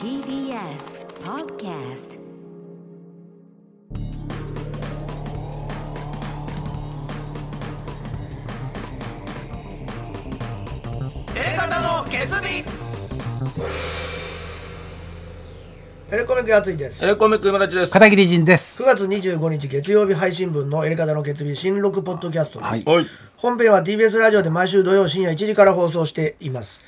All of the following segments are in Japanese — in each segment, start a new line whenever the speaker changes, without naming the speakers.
TBS Podcast
方の決意
エレコミックやついです
エレコミック今立ちです
片桐仁です。
9月25日月曜日配信分の「エレカタの決意」新録ポッドキャストです、
はい
はい
本編は TBS ラジオで毎週土曜深夜1時から放送しています、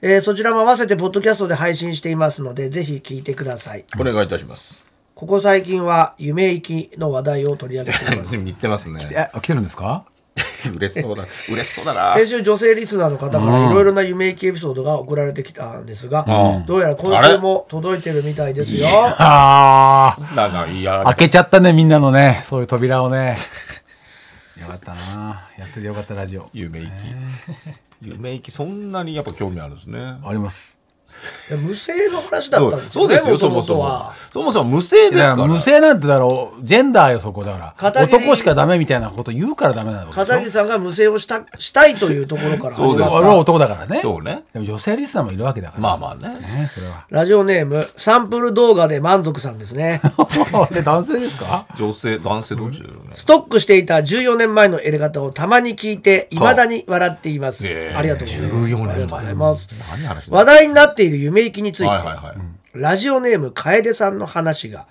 えーそちらも合わせてポッドキャストで配信していますのでぜひ聞いてください
お願いいたします
ここ最近は夢行きの話題を取り上げています
似てますね
え、来てるんですか。
嬉しそうだ嬉しそうだな
先週女性リスナーの方からいろいろな夢行きエピソードが送られてきたんですが、どうやら今週も届いてるみたいですよ
ああ、
なんかいや
開けちゃったね、みんなのね、そういう扉をね。 よかったな。やっててよかったラジオ。
夢行き夢行きそんなにやっぱ興味あるんですね
あります。
いや無声の話だったんです
そうですよそも
元
そ
々
も
は
そもそも無声
い
です
や、
から
無性なんてだろう、ジェンダーよ、そこだから。
片桐
男しかダメみたいなこと言うからダメなの。
片桐さんが無声をしたしたいというところから始ま
そう
っ
で
俺
す
た
は男だからね。
そうね
でも女性リスナーもいるわけだから。
まあまあね
ね、それ は。
ラジオネームサンプル動画で満足さんです ね
で、男性ですか。
女性男性どっちだろうね
ストックしていた14年前のエレガタをたまに聞いていまだに笑っています、
ええ
ありがとうございます
14年前
ありがとうございます
何話してんの
話題になっている夢行きについて、
はいはいはい
ラジオネーム楓さんの話が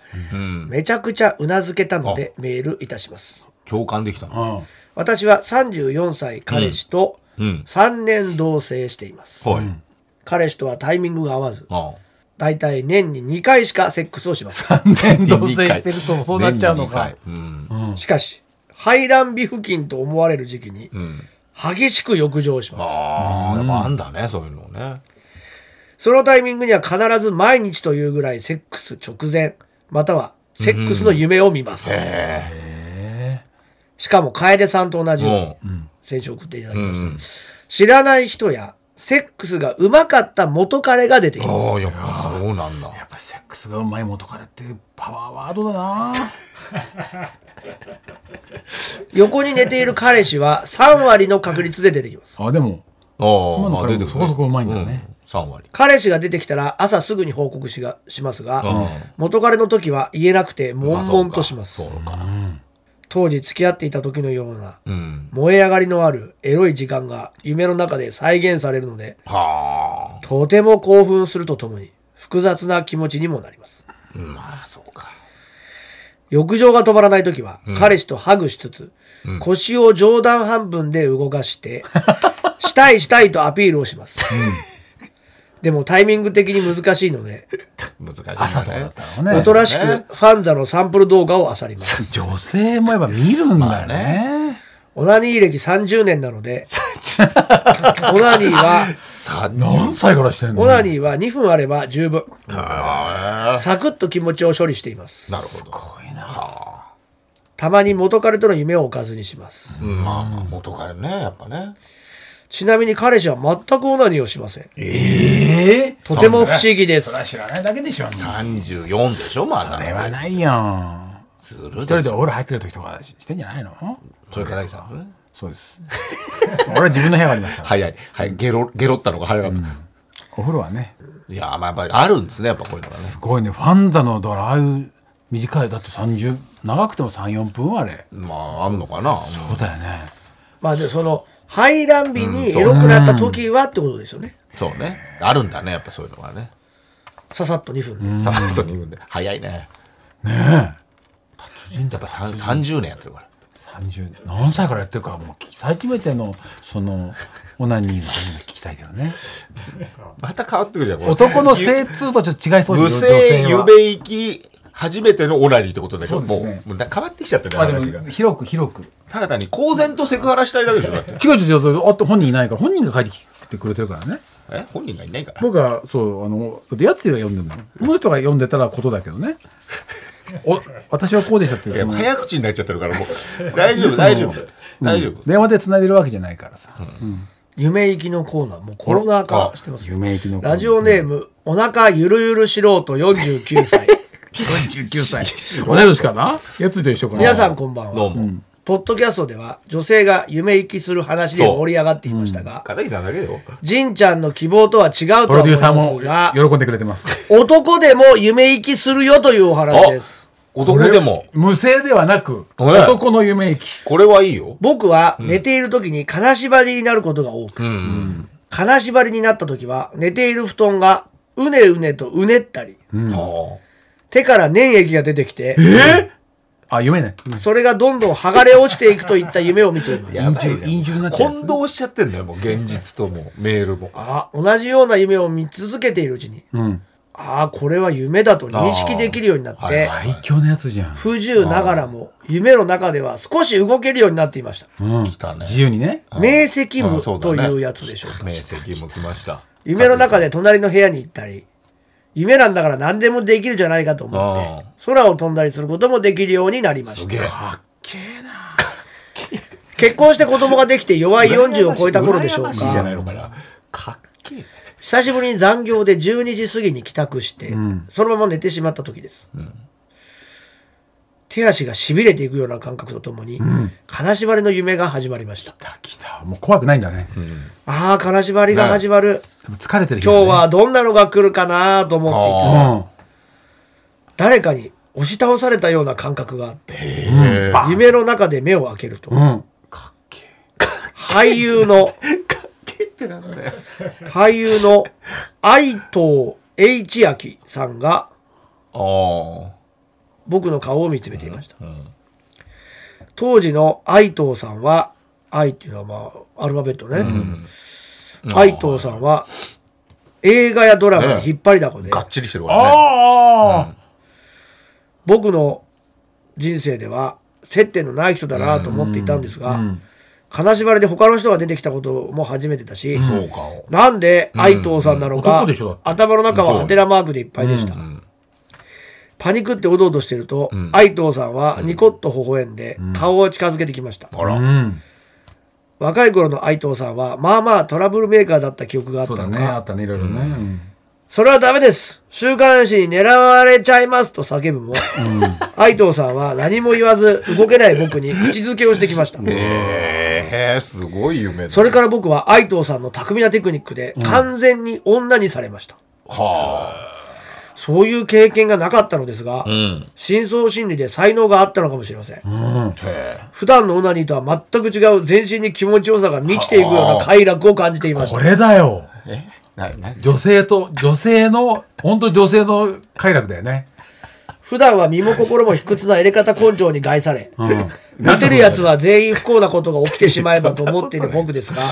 めちゃくちゃうなずけたのでメールいたします
共感できたな
うん。
私は34歳彼氏と
うん
3年同棲しています、
はい
彼氏とはタイミングが合わず
あ
大体年に2回しかセックスをします
完全同棲してると、そうなっちゃうのか
年。に二回
しかし排卵日付近と思われる時期に
うんうん
激しく浴場をします
ああやっぱあんだねそういうのね
そのタイミングには必ず毎日というぐらいセックス直前またはセックスの夢を見ます
え
しかも楓さんと同じように
もうん
先週送っていただきました知らない人やセックスがうまかった元彼が出てきます
ああやっぱそうなんだ
やっぱセックスがうまい元からってパワーワードだな。
横に寝ている彼氏は3割の確率で出てきます
あ、でも。
ああ、
今の
まあ
彼
出てく
も
る。
そこそこうまいんだよね
うん。三割。
彼氏が出てきたら朝すぐに報告しがしますが、
ん
元彼の時は言えなくて悶々とします、
そうか。
当時付き合っていた時のような
うん。
燃え上がりのあるエロい時間が夢の中で再現されるので
は
とても興奮するとともに複雑な気持ちにもなります
あ。まあそうか。
浴場が止まらない時は彼氏とハグしつつ、腰を上段半分で動かして したいしたいとアピールをします、でもタイミング的に難しいので
難しいんだね。
朝とかだったの ね
お。とらしくファンザのサンプル動画を漁ります。
女性もやっぱ見るんだよね。
オナニー歴30年なの で、オナニーは、
三十。
何歳からしてんの
オナニーは2分あれば十分。サクッと気持ちを処理しています。
なるほど。
たまに元彼との夢をおかずにします。
うんまあまあ元からねやっぱね。
ちなみに彼氏は全くオナニーをしません。
ええ
とても不思議で
それは
す。
知らないだけでしょ。そ
三十四でしょまだ。
れはないよ。
するで
一人
し
で
ょ。
お風呂入ってる時とかししてんじゃないの
それ片桐さん。
そうです。俺は自分の部屋があります から。
早いはいゲロゲロったのが早かっ
お風呂はね、
た。いやまあやっぱりあるんですねやっぱこういうのがね。
すごいね。ファンザの、だからああいう短い、だって30、長くても3、4分あれ。
まああんのかな。うん
そうだよね。
まあで、その、排卵日にエロくなった時はってことですよね。
そうね。あるんだねやっぱそういうのがね。
ささっと2分で。
三と二分で早いね。ねえ。やっぱ三三十年やってるから。
30年。何歳からやってるか、もう聞き初めての、その、オナニーの初めて聞きたいけど ね。
また変わってくるじゃんこれ。
男の性通とちょっと違いそう
無
女
性
性
夢
は
行き初めてのオナニーってことだけど、
そう
もう
ですね
もうな変わってきちゃってるね
まあで
話が
も広く広く
ただ単に公然とセクハラしたいだけでしょだって
違う違う違うあと本人いないから本人が書いてきてくれてるからね
え本人がいないから
僕はそうあのだってやつが読んでるのこの人が読んでたらことだけど ねお私はこうでしたって
い
いう
や
その
早口になっちゃってるからもう大丈夫大丈夫大丈夫
電話で繋いでるわけじゃないからさ、
夢行きのコーナー、もうコロナ化してますよ。
夢行きの子
ラジオネーム、お腹ゆるゆる素人49歳。
49歳同い年かなやつと一緒かな
皆さんこんばんは。
どうも
ポッドキャストでは女性が夢行きする話で盛り上がっていましたが、
片桐さんだけだよ。
じんちゃんの希望とは違うと
プ
は
ロ
思い
デュ
ま
ーサー
す
も
が、
喜んでくれてます。
男でも夢行きするよというお話です。
男でも。
無性ではなく、
ね
男の夢行き。
これはいいよ。
僕は寝ている時に金縛りになることが多く、金縛りになった時は寝ている布団がうねうねとうねったり、
は
手から粘液が出てきて、
あ、夢ね。
それがどんどん剥がれ落ちていくといった夢を見ています。
やばいね
陰獣にな
あ
っちゃうや
混
つ
同しちゃってんだよ、もう現実とも、メールも。
あ同じような夢を見続けているうちに、
うん。
ああ、これは夢だと認識できるようになって、
最強のやつじゃん。
不自由ながらも夢の中では少し動けるようになっていました。
うん
来たね。
自由にね。
明晰
あ
夢
そう
と
だね
いうやつでしょうか。
面積も来ました。
夢の中で隣の部屋に行ったり、夢なんだから何でもできるじゃないかと思って、空を飛んだりすることもできるようになりまし
す
た。
げえ。
結婚して子供ができて弱い40を超えた頃でしょうか。
羨ましいじゃないのかな。かっけえ。
久しぶりに残業で12時過ぎに帰宅して、そのまま寝てしまった時です、手足がしびれていくような感覚とともに、金縛りの夢が始まりました
来た。もう怖くないんだね。
ああ金縛りが始まる、
でも疲れてる日だね
今日はどんなのが来るかなと思っていた
あ
誰かに押し倒されたような感覚があって
えー
夢の中で目を開けると、
うん。うん。
俳優 の俳優の愛藤栄一明さんが
あー。
僕の顔を見つめていました、当時の愛藤さんは愛っていうのはまあアルファベットね、愛藤さんは映画やドラマに引っ張りだこで、
がっちりしてるからね。
あ
僕の人生では接点のない人だなと思っていたんですが、金縛りで他の人が出てきたことも初めてだし、
そうか。
なんで愛藤さんなのか、
うん男でしょだって
頭の中はハテナマークでいっぱいでした、パニックっておどおどしてると、愛藤さんはニコッと微笑んで顔を近づけてきました、
あら。
あ。うん。
若い頃の愛藤さんはまあまあトラブルメーカーだった記憶があった
そう
のか
だ
そ,、
ね。あったね。いろいろね。うん
れはダメです週刊誌に狙われちゃいますと叫ぶも、愛藤さんは何も言わず動けない僕に口づけをしてきました
ええ、すごい夢だ。
それから僕は愛藤さんの巧みなテクニックで完全に女にされました、
は
そういう経験がなかったのですが、
あ。うん。
深層心理で才能があったのかもしれません、
へ
普段のオナニーとは全く違う全身に気持ちよさが満ちていくような快楽を感じていまし
こ
た
れだよ。
え。えな、なに
女性と、女性の、本当に女性の快楽だよね。
普段は身も心も卑屈な入れ方根性に害され、
うん。
見てるやつは全員不幸なことが起きてしまえばと思っている僕ですが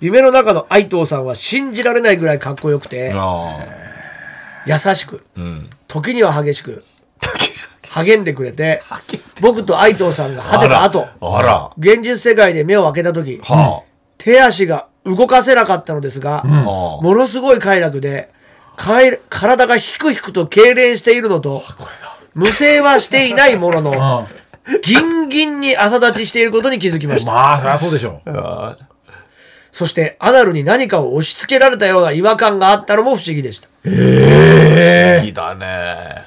夢の中の愛藤さんは信じられないぐらいかっこよくて
あ
優しく
あ。うん。
時には激しく励んでくれて僕と愛藤さんが果てた後
あら。
現実世界で目を開けた時
は
手足が動かせなかったのですが、
あ。ああ。
ものすごい快楽で、かえ体がひくひくと痙攣しているのと、無声はしていないものの、
うん。
ギンギンに朝立ちしていることに気づきました。
まあ、そりゃそうでしょう。
ああ
そして、アナルに何かを押し付けられたような違和感があったのも不思議でした。
好きだね。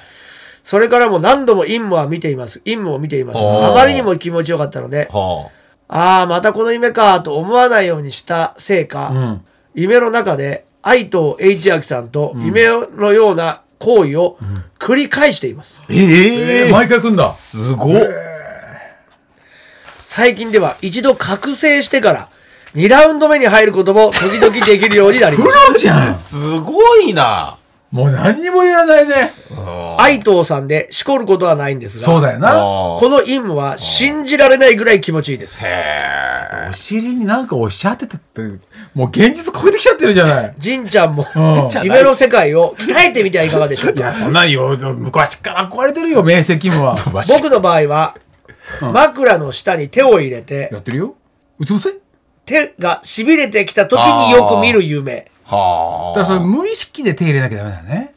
それからも何度も陰夢は見ています。陰夢を見ています。
おー
あまりにも気持ちよかったので、
は
ああ、またこの夢かと思わないようにしたせいか、
うん。
夢の中で愛藤栄一明さんと夢のような行為を繰り返しています、
あ。え
えー、毎回来んだ。
すごっ。
最近では一度覚醒してから2ラウンド目に入ることも時々できるようになりま
プ
す
ロじゃん
すごいな。
もう何にもいらないね。
愛藤さんでしこることはないんです
そう
が
だよな。
あ
この陰夢は信じられないぐらい気持ちいいです
あ。へえ。
お尻になんか押し当ててって、もう現実超えてきちゃってるじゃない。
じんちゃんも
うん
夢の世界を鍛えてみてはいかがでしょう
い
か
や、そんなんよ、昔から壊れてるよ、明晰夢 は。
僕の場合は枕の下に手を入れて
やってるよ。うつ伏せだ
手がしびれてきた時によく見る夢
は
からそれ無意識で手入れなきゃダメだよね。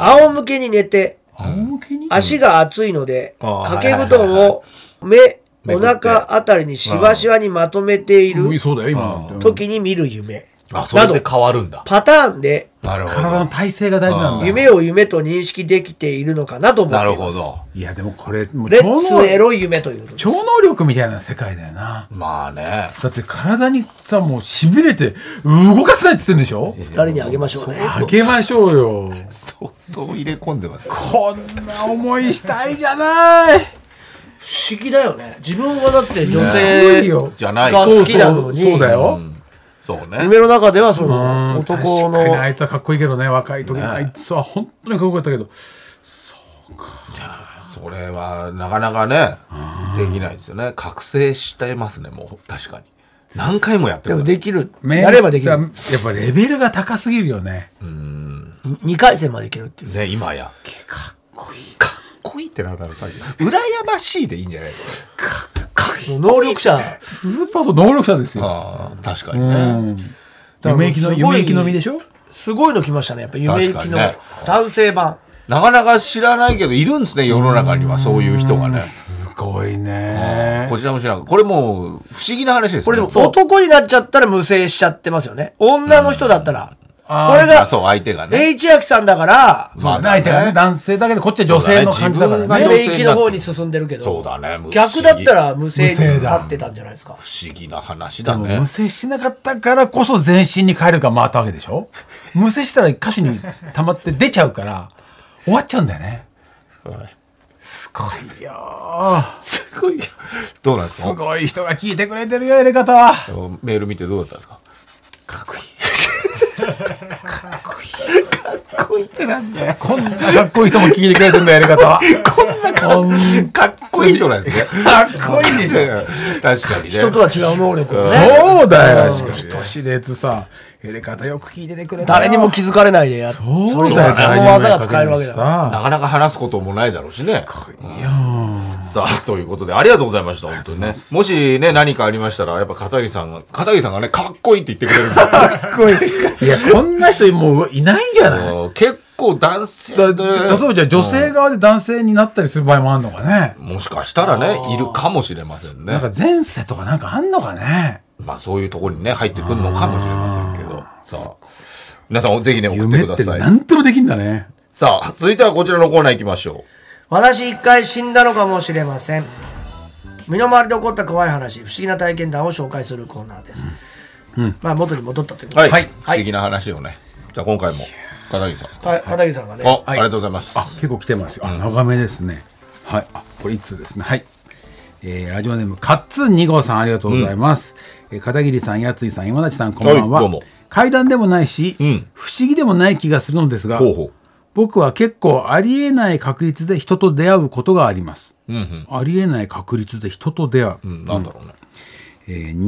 仰向けに寝て
仰向けに
足が熱いので、
あー
掛け布
はい
団
はいはい
を目、
め
お
くって
腹あたりにしわしわにまとめてい
うん
る
そうだよ、今。
時に見る夢。
あ、それで変わるんだ。
パターンで
なるほ
体の
ど。
体勢が大事なんだ。
夢を夢と認識できているのかなと思ってい
な
ます。
るほど。
いや、でもこれ、もう
レ
超
ッツ
能
エロい夢ということです。
超能力みたいな世界だよな。
まあね。
だって体にさ、もう痺れて、動かせないって言ってんでしょ
二人にあげましょうね。
あげましょうよ。
相当入れ込んでますよ。
こんな思いしたいじゃない。
不思議だよね。自分はだって女
すごい
性
よ
じゃない。
が
そう
好きなのに、
そうそうそうだよ。
そうね。
夢の中ではそ
うん
の男
確かにあ
の
いつはかっこいいけどね、若い時のあいつは本当にかっこよかったけど。
それはなかなかね、できないですよね。覚醒してますね、もう。確かに。何回もやっ
で
てる
も
から。
できる。やればでき
や
る。
っぱレベルが高すぎるよね。
二回戦までいけるっていう。
ね、今や。
かっこいい。
かっこいいってなんだろう、さっき。羨ましいでいいんじゃない
もう能力者。
スーパーと能力者ですよ。
ああ、確かに
う
ね。
ん。夢行きの、
だからもうすごい
夢行きのみでしょ
すごいの来ましたね。やっぱ夢行き
確
の
かにね
男性版。
なかなか知らないけど、いるんですね、世の中には、そういう人がね。
すごいね
こちらも知らん。これもう、不思議な話ですね。
これでも
そう
男になっちゃったら無声しちゃってますよね。女の人だったら。これ
あ
が、
そう、相手がね。
H 千秋さんだから、
まあ、相手がね、男性だけど、こっちは女性の感じだから
そうだね
ね。
女性
夢
にな
行
っ
きの方に進んでるけど。
そうだね
逆だったら無声に
無声だ
なってたんじゃないですか。
不思議な話
で
だ
も
ね
無。制しなかったからこそ全身に帰るが回ったわけでしょ無制したら一箇所に溜まって出ちゃうから、終わっちゃうんだよね。すごいよ
すごいよ。どうなんです
す
か
ごい人が聞いてくれてるよ、やり方は。
メール見てどうだったんですか
かっこいい。
かっこいいってなんだよ。
こんなかっこいい人も聞いてくれてるんだよ、やり方は。こんなかっこいい。
かっこいい人なんですね。
かっこいいでしょ。
確かにね。
人とは違う能力をね。
そうだよ。人知れずさ、やり方よく聞いててくれたよ
誰にも気づかれないでやっ
そう
そ
だよ。
れがこの技が使えるわけだから。
さ。
なかなか話すこともないだろうしね。さあ、ということで、ありがとうございました、本当にね。もしね、何かありましたら、やっぱ片桐さんが、片桐さんがね、かっこいいって言ってくれるんで
かっこいい。いや、こんな人もういないんじゃない
あの結構男性
だ
で、
例えばじゃあ女性側で男性になったりする場合もあるのかね。
もしかしたらね、いるかもしれません
な
ね
ん。か前世とかなんかあんのかね。
まあ、そういうところにね、入ってくるのかもしれませんけど。さあ、皆さん、ぜひね、送って
夢
く
っ
だ
て
さい。
何ともできんだね。
さあ、続いてはこちらのコーナー行きましょ
私一回死んだのかもしれません身の回りで起こった怖い話不思議な体験談を紹介するコーナーです、まあ元に戻ったというこ
う。
とで
はい。不
は
思
い
議な話をね。じゃあ、今回も、片桐さん。
か片桐さんがね
あ、ありがとうございます。
あ、結構来てますよ。あ、長めですね。はい。あ、これ一通ですね。はい。えーラジオネーム、カッツン2号さん、ありがとうございます。えー片桐さん、やついさん、今立さん、こんばん
は
は。
いどうも
階段でもないし、
ん
不思議でもない気がするのですが、
ほうほう
僕は結構ありえない確率で人と出会うことがあります。ありえない確率で人と出会う。
うん、なんだろうね。
えー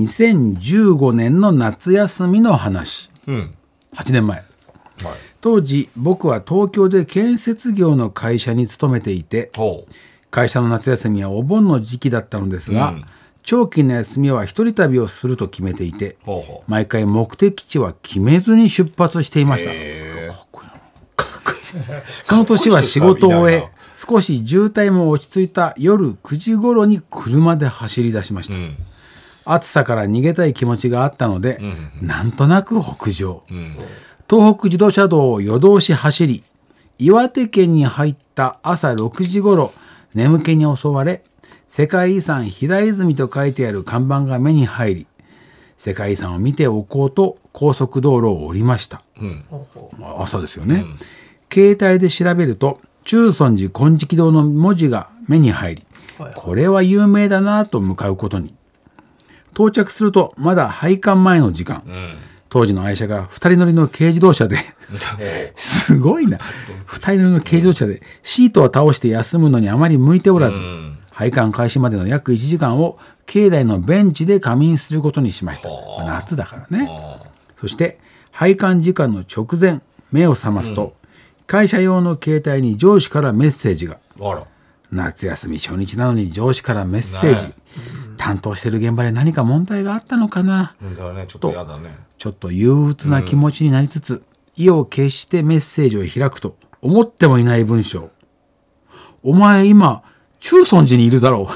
2015年の夏休みの話
うん。
8年前
はい。
当時僕は東京で建設業の会社に勤めていて
ほう。
会社の夏休みはお盆の時期だったのですが、
うん
長期の休みは一人旅をすると決めていて
ほうほう。
毎回目的地は決めずに出発していました、
えー
その年は仕事を終え少し渋滞も落ち着いた夜9時頃に車で走り出しました、
ん
暑さから逃げたい気持ちがあったので、なんとなく北上、
ん
東北自動車道を夜通し走り岩手県に入った朝6時頃眠気に襲われ世界遺産平泉と書いてある看板が目に入り世界遺産を見ておこうと高速道路を降りました、まあ朝ですよね、携帯で調べると中尊寺金色堂の文字が目に入りこれは有名だなと向かうことに到着するとまだ配管前の時間、当時の愛車が2人乗りの軽自動車 ですごいな2人乗りの軽自動車でシートを倒して休むのにあまり向いておらず、配管開始までの約1時間を境内のベンチで仮眠することにしました、まあ夏だからね、そして配管時間の直前目を覚ますと、会社用の携帯に上司からメッセージが
あら。
夏休み初日なのに上司からメッセージ、
ね
担当してる現場で何か問題があったのかな、
うんだからね、ちょっとやだね。
ちょっと憂鬱な気持ちになりつつ、意を決してメッセージを開くと思ってもいない文章お前今中尊寺にいるだろ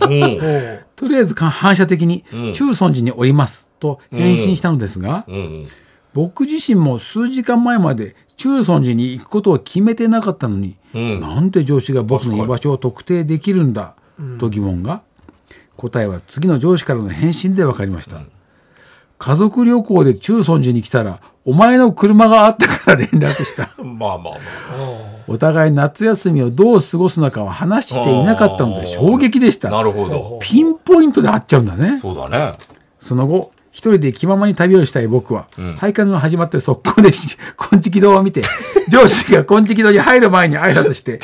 う
うん。
おう
とりあえずか反射的に中尊寺におりますと返信したのですが、
うん
僕自身も数時間前まで中尊寺に行くことを決めてなかったのに、
ん
なんて上司が僕の居場所を特定できるんだと疑問が、答えは次の上司からの返信で分かりました、家族旅行で中尊寺に来たらお前の車があったから連絡した
うん。まあまあま
お互い夏休みをどう過ごすのかは話していなかったので衝撃でし
あ。
た
なるほど。
ピンポイントで会っちゃうんだねそ
そうだね。
の後一人で気ままに旅をしたい僕は、配管が始まって速攻で 金色堂 を見て上司が金色堂に入る前に挨拶して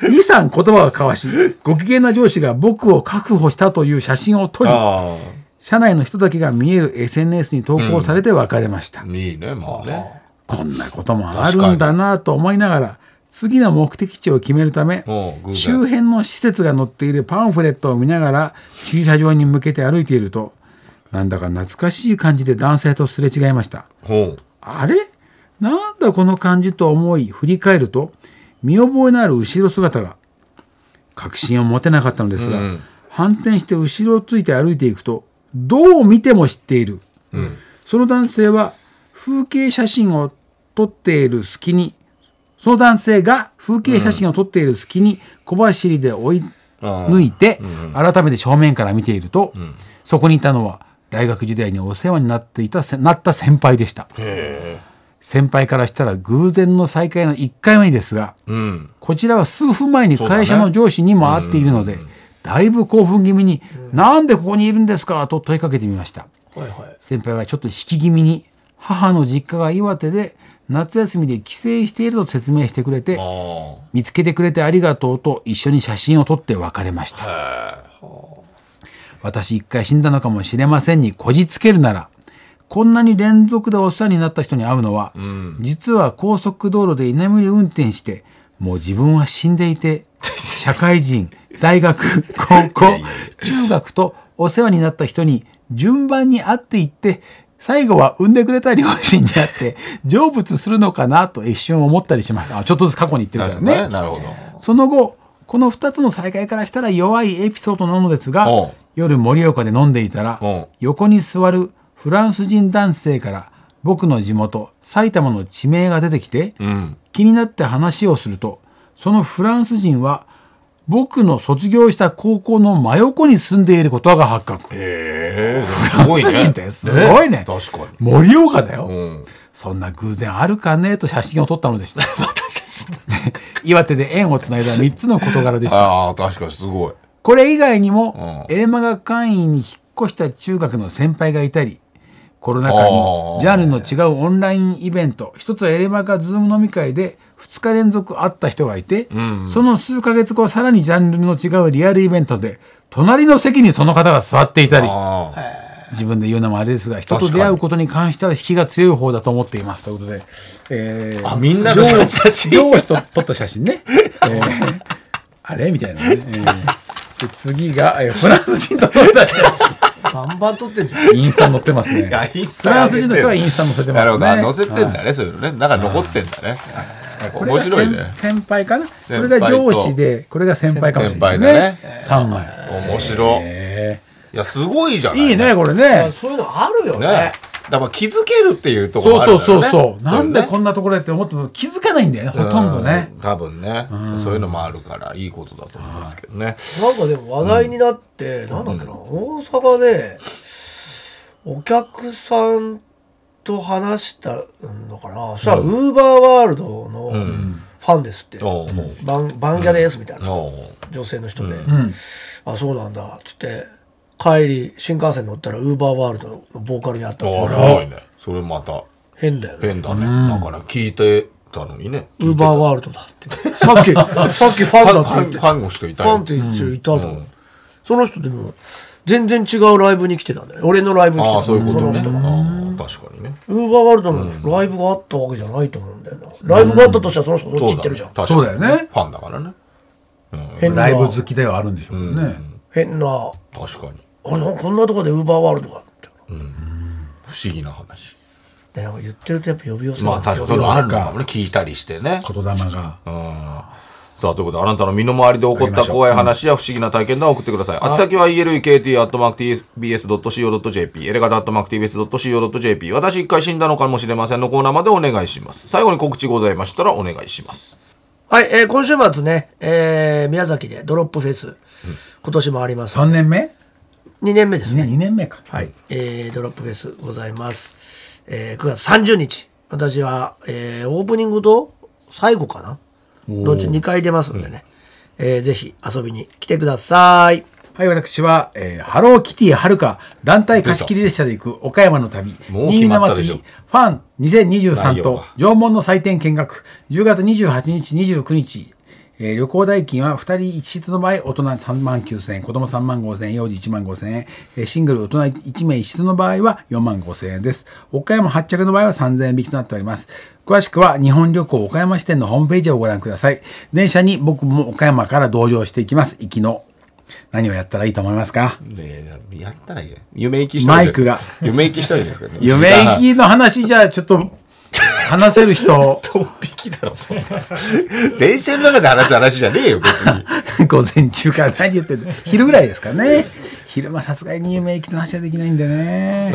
23言葉を交わしご機嫌な上司が僕を確保したという写真を撮り
あ
社内の人だけが見える SNS に投稿されて別れました、
あ。いいね、まあね。
こんなこともあるんだなと思いながら次の目的地を決めるため
おう偶然
周辺の施設が載っているパンフレットを見ながら駐車場に向けて歩いているとなんだか懐かしい感じで男性とすれ違いました
ほう。
あれなんだこの感じと思い振り返ると見覚えのある後ろ姿が確信を持てなかったのですが、反転して後ろをついて歩いていくとどう見ても知っている、その男性は風景写真を撮っている隙にその男性が風景写真を撮っている隙に小走りで追い抜いて、改めて正面から見ていると、そこにいたのは大学時代にお世話になっていたせなった先輩でした
へ
先輩からしたら偶然の再会の1回目ですが、
え。うん。
こちらは数分前に会社の上司にも会っているので、だいぶ興奮気味に、なんでここにいるんですかと問いかけてみました。
はいはい。
先輩はちょっと引き気味に、母の実家が岩手で夏休みで帰省していると説明してくれて
あ、あ。
見つけてくれてありがとうと一緒に写真を撮って別れました。私一回死んだのかもしれませんにこじつけるなら、こんなに連続でお世話になった人に会うのは、実は高速道路で居眠り運転して、もう自分は死んでいて、社会人、大学、高校、中学とお世話になった人に順番に会っていって、最後は産んでくれた両親に会って、成仏するのかなと一瞬思ったりしました。あちょっとずつ過去に行ってる
な
か
る
ら
ほどね。な
ね
るほど。
その後この2つの再会からしたら弱いエピソードなのですが
おう
夜盛岡で飲んでいたら
おう
横に座るフランス人男性から僕の地元埼玉の地名が出てきて、
うん。
気になって話をするとそのフランス人は僕の卒業した高校の真横に住んでいることが発覚。
へえ。すごいね。
フランス人ってすごいね
確かに。
盛岡だよ、
うん。
そんな偶然あるかねと写真を撮った のでした 岩手で縁をつないだ3つの事柄でした
ああ、確かにすごい。
これ以外にも、
うん
エレマガ会員に引っ越した中学の先輩がいたりコロナ禍に
あー
ジャンルの違うオンラインイベント一つはエレマガズーム飲み会で2日連続会った人がいて、その数ヶ月後さらにジャンルの違うリアルイベントで隣の席にその方が座っていたり
ああ。
自分で言うのもあれですが人と
確か
出
に
会うことに関しては引きが強い方だと思っていますということで、えー
あみんなの
上
写真
上司と撮った写真ね、えー あれみたいなね、えーで次が、えーフランス人と撮った写真
バンバン撮ってんじゃん。
インスタに載ってますね
いやインス
フ
タ
ラ
上げ
ンス
てん
人
だ
の人はインスタに載せて
な
ま
る
すね
ほどあ。載せてんだね、そういうのね。なんか残ってんだね。面白いね。
先輩かなこ
輩
れ
と
が上司でこれが先輩かもしれないね
先輩
三枚
面白。いや、すごいじゃない
いいねこれね
そういうのあるよね
ね。。だから気づけるっていうところも
そう
ある
そ
ん
う
だよ
そう
ね。
そうなんでこ
ん
んなところやって思っても気づかないんだよねほとんどね
多分ね、そういうのもあるからいいことだと思うんですけどね。
なんかでも話題になって、なんだっけな、大阪で、お客さんと話したのかな。そしたら、ウーバーワールドのファンですって。
おうおう
バンバンギャですみたいな、
おう
女性の人で。あ、そうなんだ。つって、帰り、新幹線乗ったら、ウーバーワールドのボーカルに会った
お
の
うすごいね。それまた
変だよね。
変だね。なんかね、聞いてたのにね。
ウーバーワールドだって。さっき、さっきファンだ
フ
って言っ
ァン
て
フ。ァンの人いた
ファン
よ
っ。て一応いたぞ、その人でも全然違うライブに来てたんだよ俺のライブに来て
あ
た
あ、そういうことね。
その人が
ああ確かにね。
ウーバーワールドのライブがあったわけじゃないと思うんだよな、ライブがあったとしたらその人そっち行ってるじゃん、
確かに
そうだよね
ファンだからね。
変な
ライブ好きではあるんでしょうね、
変な
確かに。
あのこんなとこでウーバーワールドがって、
不思議な話。
ね、なんか言ってるとやっぱ呼び寄せる
まあ確かにそれもあるのかもね。聞いたりしてね。
言霊が
うんさあ、ということで、あなたの身の回りで起こった怖い話や不思議な体験談を送ってください。宛先は elekt.tbs.co.jp、エレガタ .tbs.co.jp、私一回死んだのかもしれませんのコーナーまでお願いします。最後に告知ございましたらお願いします。
はい、えー今週末ね、えー宮崎でドロップフェス、今年もあります。
3年目
2年目です
?2
ね。
年二年目か。はい。
えードロップフェスございます。えー9月30日、私は、えーオープニングと最後かなどっち2回出ますんでね、えーぜひ遊びに来てください。
はい、私は、えーハローキティはるか団体貸し切り列車で行く岡山の旅、
もう
新
決ま
名
ったで
祭
しょ
り、ファン
内
2023
容
と
が
縄文の祭典見学、10月28日、29日、えー旅行代金は2人1室の場合、大人3万9000円、子供3万5000円、幼児1万5000円、えーシングル大人1名1室の場合は4万5000円です。岡山発着の場合は3000円引きとなっております。詳しくは日本旅行岡山支店のホームページをご覧ください。電車に僕も岡山から同乗していきます。行きの。何をやったらいいと思いますか
ねえやったらいいじゃん。夢行きした
マイクが。
夢行きしたいじゃないですか。
夢行 きの話じゃあちょっと話せる人
トン引きだろ、そんな。電車の中で話す話じゃねえよ、別に。
午前中から何言ってんの昼ぐらいですかね昼間さすがに夢行きの話はできないんでね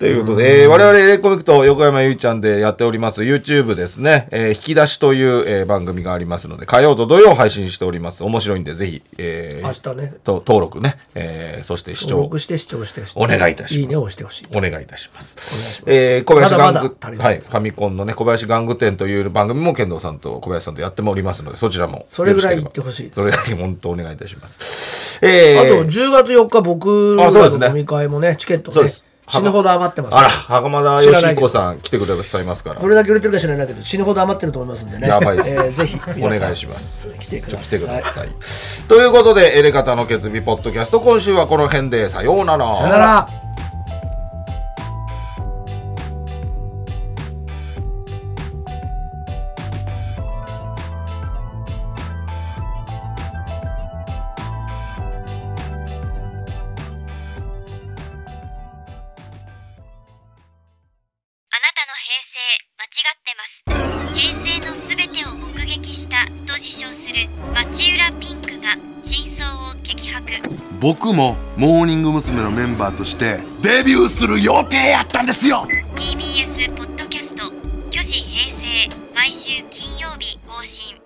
ということで、えー我々エレコミックと横山由依ちゃんでやっております YouTube ですね、えー引き出しという、えー番組がありますので、火曜と土曜配信しております。面白いんで、ぜひ、えー
明日ね
と登録ね、えーそして視
登
聴
録して視聴して、
お願いいたします
いいねを押してほしい。
お願いいたします。えー小林玩具、
まだまだ足りない
はい、ファミコンのね、小林玩具店という番組も、剣道さんと小林さんとやってもおりますので、そちらも。
それぐらい言ってほしいです
それだけ本当お願いいたします。えー
あと10月4日僕
あそうです
らの
ね
飲み会もね、チケット
そう
ね
です、
死ぬほど余ってます。
あら、袴田
知らな
義
いけ
彦
ど
さん来てくださいますから
ど。れだけ売れてるか知らないけど、死ぬほど余ってると思いますんでね。
やばいです
えーぜひ、
お願いします。
来てくだ
来てく
さ
だ
い。
さい。ということで、エレカタの決意ポッドキャスト、今週はこの辺で、さようなら。
さよなら
あなたの平成間違ってます平成のすべてを目撃したと自称する町浦ピンクが真相を激白
僕もモーニング娘。のメンバーとしてデビューする予定やったんですよ
TBS ポッドキャスト「虚子平成」毎週金曜日更新